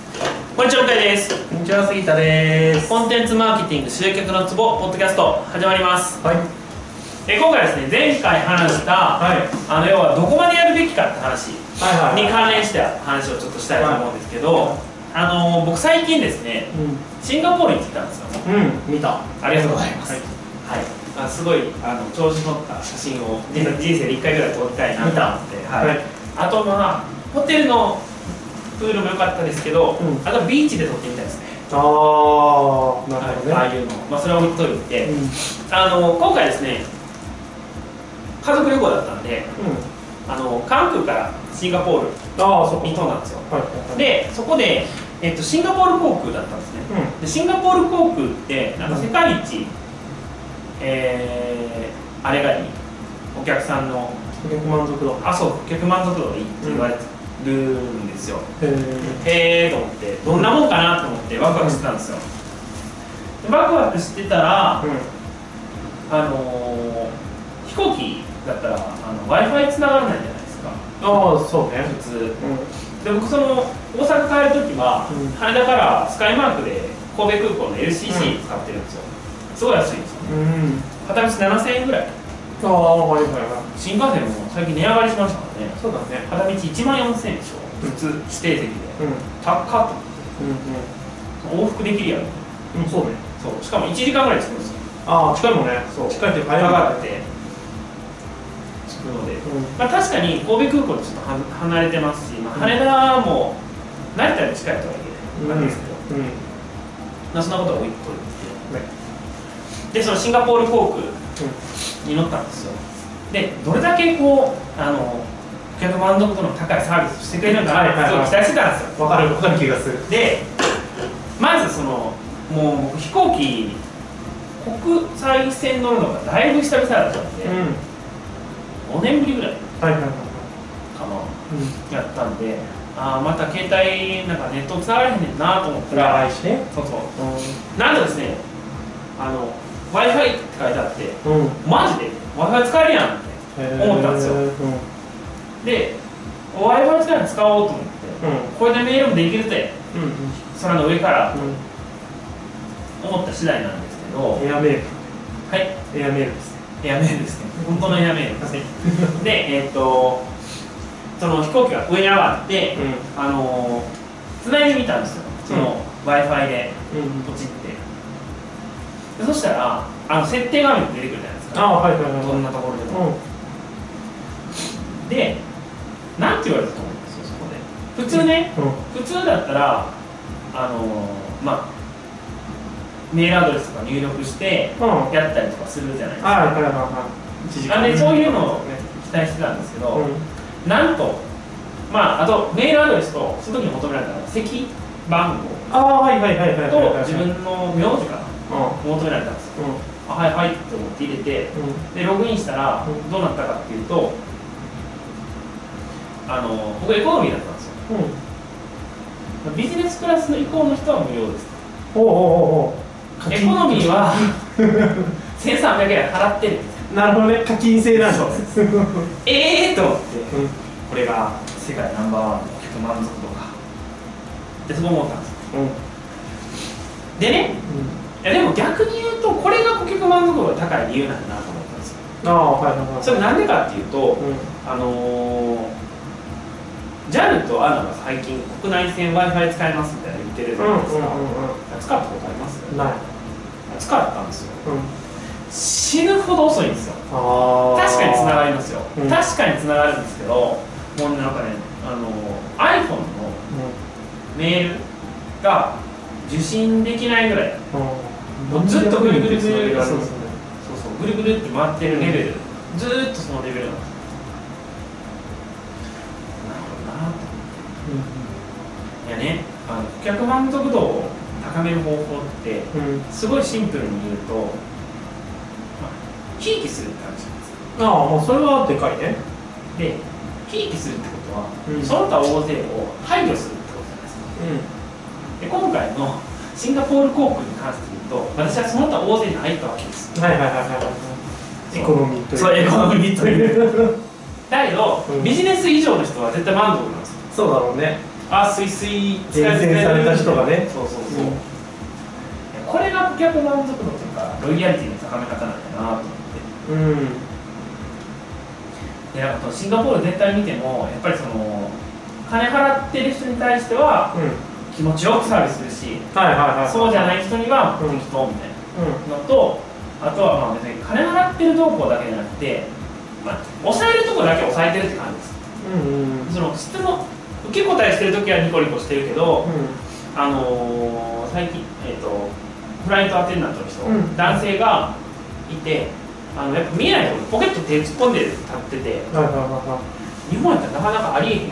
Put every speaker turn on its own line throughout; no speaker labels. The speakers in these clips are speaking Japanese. にちは向井です
こんにちは、杉田です。
コンテンツマーケティング集客のツボポッドキャスト始まります
はい。
え今回ですね前回話した、
はい。
あの要はどこまでやるべきかって話に
はいはい。
関連して話をちょっとしたいと思うんですけど、あの僕最近ですねシンガポールに行ってきたんですよ
うん。うん、見た。
ありがとうございます
はい
はい、あ、すごいあの調子乗った写真を人生人生で1回ぐらい撮りたいなと思って、はい
はい
あとまあホテルのプールも良かったですけど、
うん
あとビーチで撮ってみたいですね
ああ、なるほどね。
ああいうの、まあ、それは置いといて、
うん。うん。
あの今回ですね家族旅行だったんであの関空からシンガポール
ああ、そっか
に飛んだんですよ
はいはいはい。
でそこで、えっと、シンガポール航空だったんですねでシンガポール航空ってなんか世界一、えーあれがいいお客さんの
うん。結構満足度。
あそう顧客満足度がいいって言われてるんですよ、
へ
へ
え。
えと思ってどんなもんかなと思ってワクワクしてたんですよ、でワクワクしてたら、
う
あのー飛行機だったら w i f i 繋がらないじゃないですか
ん。ああ、そうね。
普通
うん。
で僕その大阪帰る時は、
うん
羽田からスカイマークで神戸空港の LCC 使ってるんですよ、すごい安いんですよ
うん。
片道7000円ぐらい
ああ、はいはいは
新幹線も最近値上がりしましたからね
い。そうだね。
片道1万4000円でしょ
うん
普通指定席で
うん。
高っかと
う
往復できるやん
んうん。うん、そうね。
そうしかも1時間ぐらい着くんですよ
ああ、近いもんね。そう。近いって早い
がっ
ね。
て着くので、
うん。
まあ、確かに神戸空港とちょっとは離れてますし、まあ、羽田も成田に近いとは言えないんですけど、
うん。ね。
まあ、そんなことは置いといてでそのシンガポール航空に乗ったんですよでどれだけこうあのお客満足度の高いサービスをしてくれるのかなってすごい期待してたんですよ、
うん。わかる、わかる気がする。
でまずそのもう僕飛行機国際線乗るのがだいぶ久々だったんで、
うん。
5年ぶりぐらい
はいはいはい。
かな
うん。
やったんでああまた携帯なんかネット繋がれへんねんなと思っ
そ
た
れは
ら
愛しね。
そうそう
う
なんとですねあの w i f i って書いてあって
ん。うん。
マジで w i f i 使えるやんって思ったんですよ
へーうん。
で w i f i 使えるの使おうと思って
うん。
これでメールもできるぜ
うん。
空の上から
う
思った次第なんですけど
ん。エアメー
はい
ル。エアメールですね。
エアメールですね本当のエアメール ですねでえっとその飛行機が上に上がって、
うん。
あのつないでみたんですよその w i f i で
うん
ポチってでそしたらあの設定画面出てくるじゃないです
あ
か
あ、はいはいはい
どんなところでも、
はい。
でなんて言われたと思うんですよそこで普通ね、
うん。う
普
ん。
通だったらあのまあメールアドレスとか入力して
うん。
やったりとかするじゃないですか
はいはいはいはい。一時間。
あでそういうのを
ね。
期待してたんですけど、
うん。
なんと、まあ、あとメールアドレスとその時に求められた席番号
ああ、はいはいはいはい。
と自分の名字かな
うん。
求められたんですよ
うん。
あはいはいって思って入れてでログインしたら
うん
どうなったかっていうとあの僕エコノミーだったんですよ
うん。うん。
ビジネスクラスの以降の人は無料です
おうおうおうおう。
エコノミーは1300円払ってるんですよ
なるほどね。課金制なんだ。うん。
ええー、と思ってこれが世界ナンバーワンの客満足度かってそう思ったんですよ
うん。
でねいやでも逆に言うとこれが顧客満足度が高い理由なんだなと思ったんですよ
ああ、はいはいはい。
それなんでかっていうと
うん。
あのー、JAL と ANA が最近国内線 w i f i 使えますみたいな言ってるじゃ
う
ない
ん
です
う
か、
んうん
使ったことあります
うん。ない。
使ったんですよ
うん。
死ぬほど遅いんですよ
ああ。
確かにつながりますよ、
うん
確かにつながるんですけどもうなんかね、あのー、iPhone のメールが受信できないぐらい
うん。うん。
ずっとぐるぐるぐるぐる
そうそうね。
そうそうぐるぐるって回ってるレベル、ずーっとそのレベルなんですよなるほどなといやねあの顧客満足度を高める方法って
うん。うん。
すごいシンプルに言うとまあひいきするって話なんですよ
ああ、もうそれはでかいね。
でひいきするってことは、
うん
その他大勢を配慮するってことじゃないですかで今回のシンガポール航空に関して言うと私はその他大勢に入ったわけです
うん。はいはいはいはい。エコノミーという。
そうエコノ ミーというだけど、
うん
ビジネス以上の人は絶対満足なんですよ
そうだろうね。
あスイスイ使え
厳
る
選された人がね
そうそうそう、これが顧客満足度というかロイヤリティの高め方なんだなと思って
うん
でなんかそのシンガポール全体見てもやっぱりその金払ってる人に対しては
うん
気持ちよくサービスするし
はいはいはい
そうじゃ
い
ない人には
う
この
ん
人みたいなのとあとはまあ別に金払ってる動向だけじゃなくて、まあ、抑えるとこだけ抑えてるって感じです
うんうんうん
その質問受け答えしてる時はニコニコしてるけど、あのー最近、えー、とフライト当てになった人、
うん
男性がいてあのやっぱ見えないところにポケット手突っ込んで立ってて
はいはいはい
日本やったらなかなかありえへんよ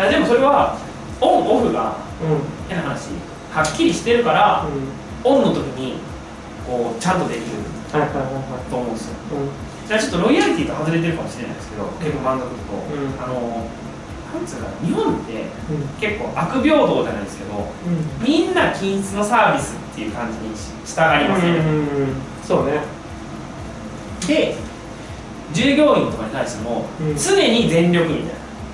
なあでもそれはオンオフが
はいうん
変な話はっきりしてるから、
うん
オンの時にこうちゃんとできる
はいはいは
と思うんですよ
いはいうん
じゃあちょっとロイヤリティと外れてるかもしれないですけど結構満足度と、
うん
あのーなんつうかな日本って
うん
結構悪平等じゃないですけど
うん
みんな均一のサービスっていう感じにし従いますよね、
うんそうね
で従業員とかに対しても
うん
常に全力みたい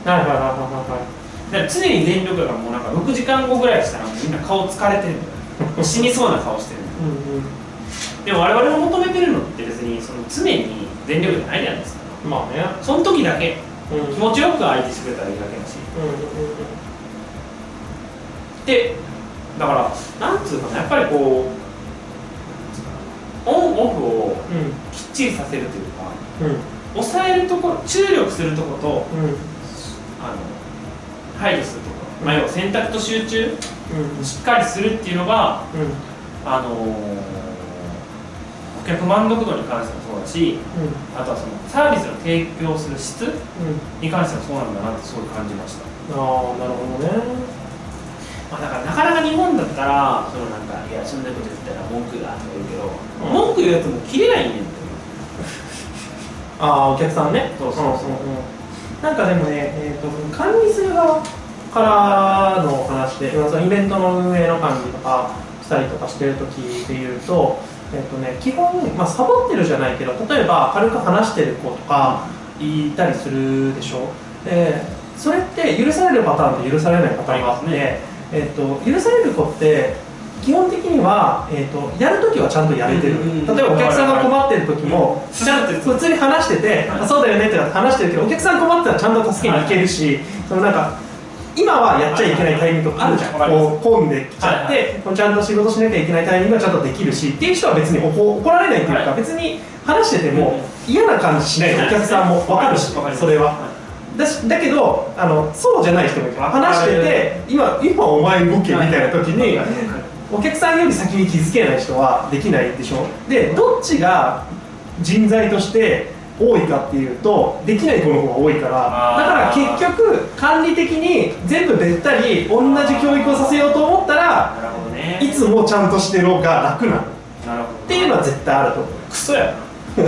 な
はいはいはいは
だから常に全力がもうなんか6時間後ぐらいしたらもうみんな顔疲れてるんだ よ死にそうな顔してる
いはいうん
でも我々が求めてるのって別にその常に全力じゃないじゃないですか
うんまあね
その時だけ
うん
気持ちよく相手してくれたらいいだけだし
う
でだからなんつうかなやっぱりこうなんつうかなオンオフを
んうんうん
きっちりさせるというか
うん
抑えるところ注力するとこと
うん
あの排除するところ、まあ、要は選択と集中
うん
しっかりするっていうのが、
うんうん
あのー顧客満足度に関してもそうだしあとはそのサービスの提供する質
うん
に関してもそうなんだなってすごい感じました、
ああなるほどね
まあ、だからなかなか日本だったらそのなんかいやそんなこと言ったら文句がとか言うけど、
うん
文句言うやつも切れないねんって
ああお客さんね
そうそうそうん
んんなんかでもね、えー、と管理する側からの話で、そのイベントの運営の管理とかしたりとかしてる時でいうと,、えーとね、基本、まあ、サボってるじゃないけど例えば軽く話してる子とかいたりするでしょでそれって許されるパターンと許されないパターンがあって、
あります
えー、と許される子って基本的には、えー、とやるときはちゃんとやれてる、
うんうんうん
例えばお客さんが困ってる時も、
うんちゃんとやってる
普通に話してて、
はい
あそうだよねってなって話してるけどお客さん困ってたらちゃんと助けに行けるし、そのなんか今はやっちゃいけないタイミングとかあるじゃん、
はいはい
こう混んできちゃって、
は
こうちゃんと仕事しなきゃいけないタイミングはちゃんとできるしっていう人は別に怒怒られないっていうか、
はい
別に話してても
うん
嫌な感じしないお客さんも分かるし、
わります
それは。
い
だしだけどあのそうじゃない人もいる
わかる
話してて今今お前動けみたいな時に
わかるわかる
お客さんより先に気づけない人はできないでしょでどっちが人材として多いかっていうとできない子の方が多いからだ
あー
から結局管理的に全部べったり同じ教育をさせようと思ったら
なるほどね
いつもちゃんとしてろが楽なのっ
なるほどって
いうのは絶対あると思う
クソやな
だ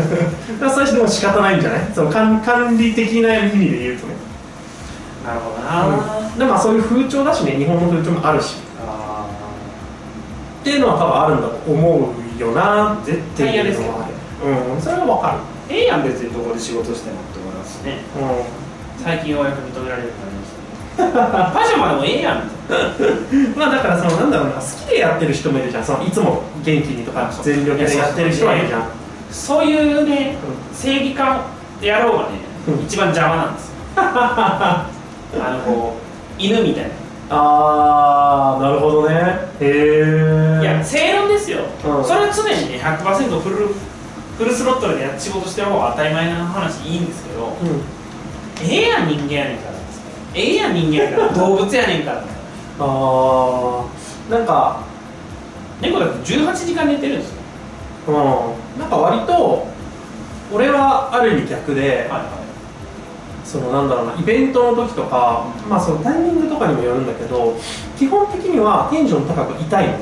から最初でも仕方ないんじゃないその管管理的な意味で言うとね
なるほどな、
でまあそういう風潮だしね日本の風潮もあるし
あ
っていうのは多分あるんだと思うよなって
絶対嫌ですけどね
うんそれはわか
ーええやん別にどこで仕事してもって思いますしね
るうん
最近ようやく認められるようになりま したねパジャマでもええやんみたい
まあだからそのなんだろうな好きでやってる人もいるじゃんそのいつも元気にとか
そう
全力でやってる人はいるじゃんうん
なそういうね正義感やろうがね、
うん
一番邪魔なんです よあのこう犬みたいな
あーなるほどねへえ
いや正論ですよ、
うん
それは常にね100%フルフルスロットルでやっ仕事してる方が当たり前な話いいんですけど
うん
ええやん人間やねんからええやん人間やから 動物やねんから
あーなんか
猫だって18時間寝てるんですよ
うんなんか割と俺はある意味逆で、
はいは
そのなんだろうなイベントの時とか、まあ、そのタイミングとかにもよるんだけど基本的にはテンション高くいたいの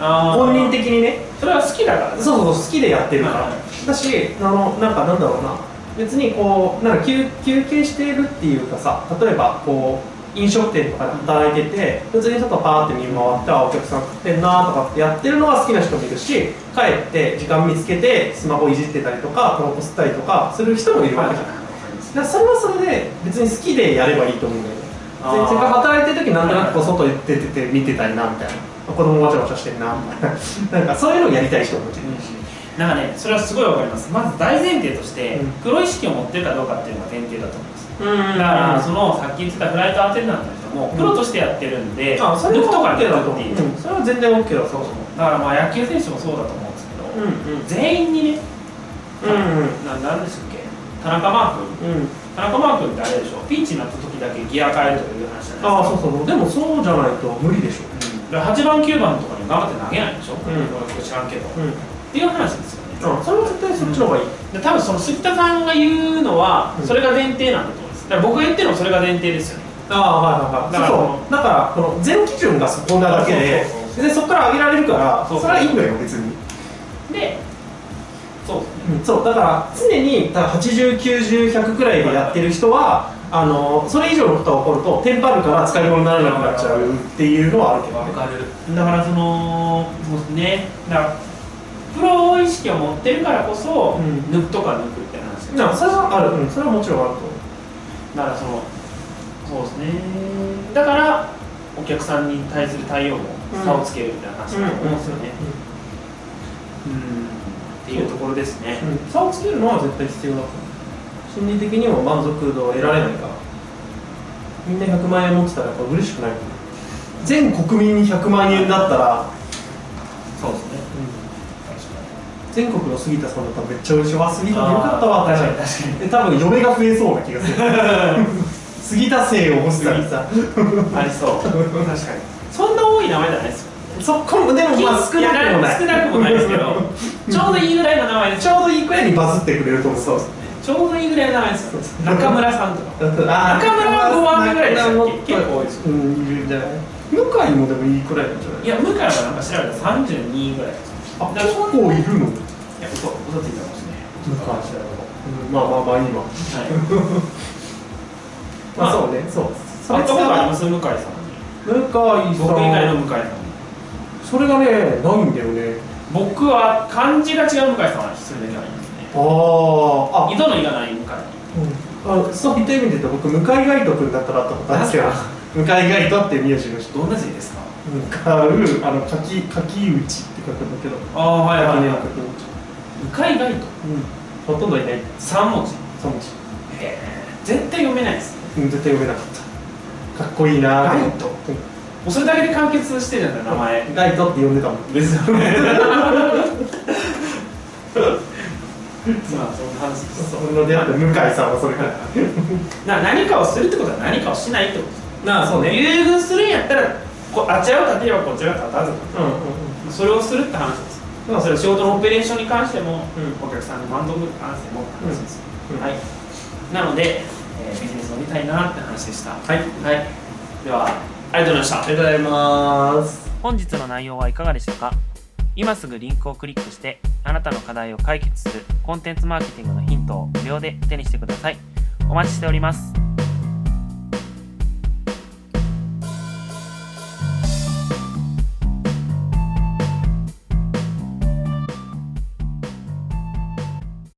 あ
本人
的
的にね
それは好きだからね
そうそうそう好きでやってるから、
はいは
だしあのなんかなんだろうな別にこうなんか休休憩しているっていうかさ例えばこう飲食店とかで働いてて別にちょっとパーって見回ってあお客さん食ってんなとかってやってるのが好きな人もいるし帰って時間見つけてスマホいじってたりとかタバコ吸ったりとかする人もいるわけじゃんだからそれはそれで別に好きでやればいいと思うんだよね
あー
自分が働いてる時なんとなくこう外に出てて見てたりなみたいな子供わちゃわちゃしてんなみたいななんかそういうのをやりたい人もいる
なんかねそれはすごいわかりますまず大前提として
うん
黒意識を持ってるかどうかっていうのが前提だと思います
う
だ
ん
からそのさっき言ってたフライトアテンダントの人も
うん
プロとしてやってるんで
あそれ
抜くとか
は OK
抜
だと
くっ
思
て
う、、
いううん
それは全然 OK だと
そう
思う
そうだからまあ野球選手もそうだと思うんですけど
うんうん
全員にね
うんうん
ななんでしたっけ田中マー君
うん、
田中マー君ってあれでしょピンチになった時だけギア変えるとかいう話じゃ
ああ
ない
そ
で
うそうそうでもそうじゃないと無理でしょ
すかだから8番9番とかに頑張って投げないでしょ、
ん
俺よく知らんけどっ
うん、うん、
ていう話ですよね
それは絶対そっちの方がいい、
で多分その杉田さんが言うのは
うん
それが前提なんだと思いますだから僕が言ってるのはそれが前提ですよね
ああはい
だか
はいはい
ら
そうそうだからこの全基準がそこなだけで
そうそうそう
別にそこから上げられるから
そう
それはいいのよ別に、
でそうですね
うん、そうだから常に8090100くらいでやってる人はあのそれ以上のことが起こるとテンパるから使い物にならなくなっちゃうっていうのはあるけどね
かるだからそのそうですねだからプロ意識を持ってるからこそ、
うん
抜くとか抜くって話ですよね
じゃあそれはある、うん、それはもちろんあると思う
だからそのそうですねだからお客さんに対する対応も
うん
差をつけるみたいな話だと思うんですよね、うんっていうところですね、
うん、差をつけるのは絶対必要だと思う心理的にも満足度を得られないからみんな100万円持ってたらやっぱ嬉しくない全国民に100万円だったら、
そうですね確か
全国の杉田さんだったらめっちゃ嬉しいわ杉
に
田よかったわ
確かに確かに
で多分嫁が増えそうな気がする 杉田姓を欲してたらさ
ありそう確かにそんな多い名前じゃないですよ
そこもでもまあ少なくもない
少なくもないですけど ちょうどいいぐらいの名前です
ちょうどいいくらいにバズってくれると思うそう
ちょうどいいぐらいの名前です中村さんとか
あー
中村は5番目ぐらいでしたっけ
中村
結
も
構多いです
うんいるんじゃない向井もでもいいくらいなんじゃ
いや
ない
向井はなんか調べたら32ぐらいです
あ結構いるの、
いや嘘嘘ついてますね
向井
調べろ
うん、まあまあまあいい
は
わ
い
まあそうねそうそ
会
れ
ったことありま
が
す向井さんに
向井さん
僕以外の向井さんに
それがねないんだよね
僕は漢字が違う向井さんは一人だけありますね
あああ
井戸の井がない向井
うんあそういった意味で言うと僕向井ガイト君だったら会ったことあるんですけど
なん
向井ガイトっていう名字の人
どんな字ですか
向かうあの柿柿打ちって書くんだけど
ああはいはい、
の
はい、向
柿の
井ガイド
うんほとんどいない
3文字
そのうち
へー絶対読めないですね
うん絶対読めなかったかっこいいなーって
もうそれだけで完結してるんだよ名前
ガイトって呼んでたもん
ですよね。まあそんな話です。
その出会った向井さんはそれから
な何かをするってことは何かをしないってことです。
なあそうね
優遇するんやったらこうあちらを立てればこちらを立たず
うんうん
それをするって話です。
うん
それは仕事のオペレーションに関しても、
う
お客さんの満足度に関してもって話です。
うんうん
はい。なので、えービジネスを見たいなって話でした。はいい。ではありがとうございました
あ。りがとうございます
本日の内容はいかがでしたか今すぐリンクをクリックしてあなたの課題を解決するコンテンツマーケティングのヒントを無料で手にしてくださいお待ちしております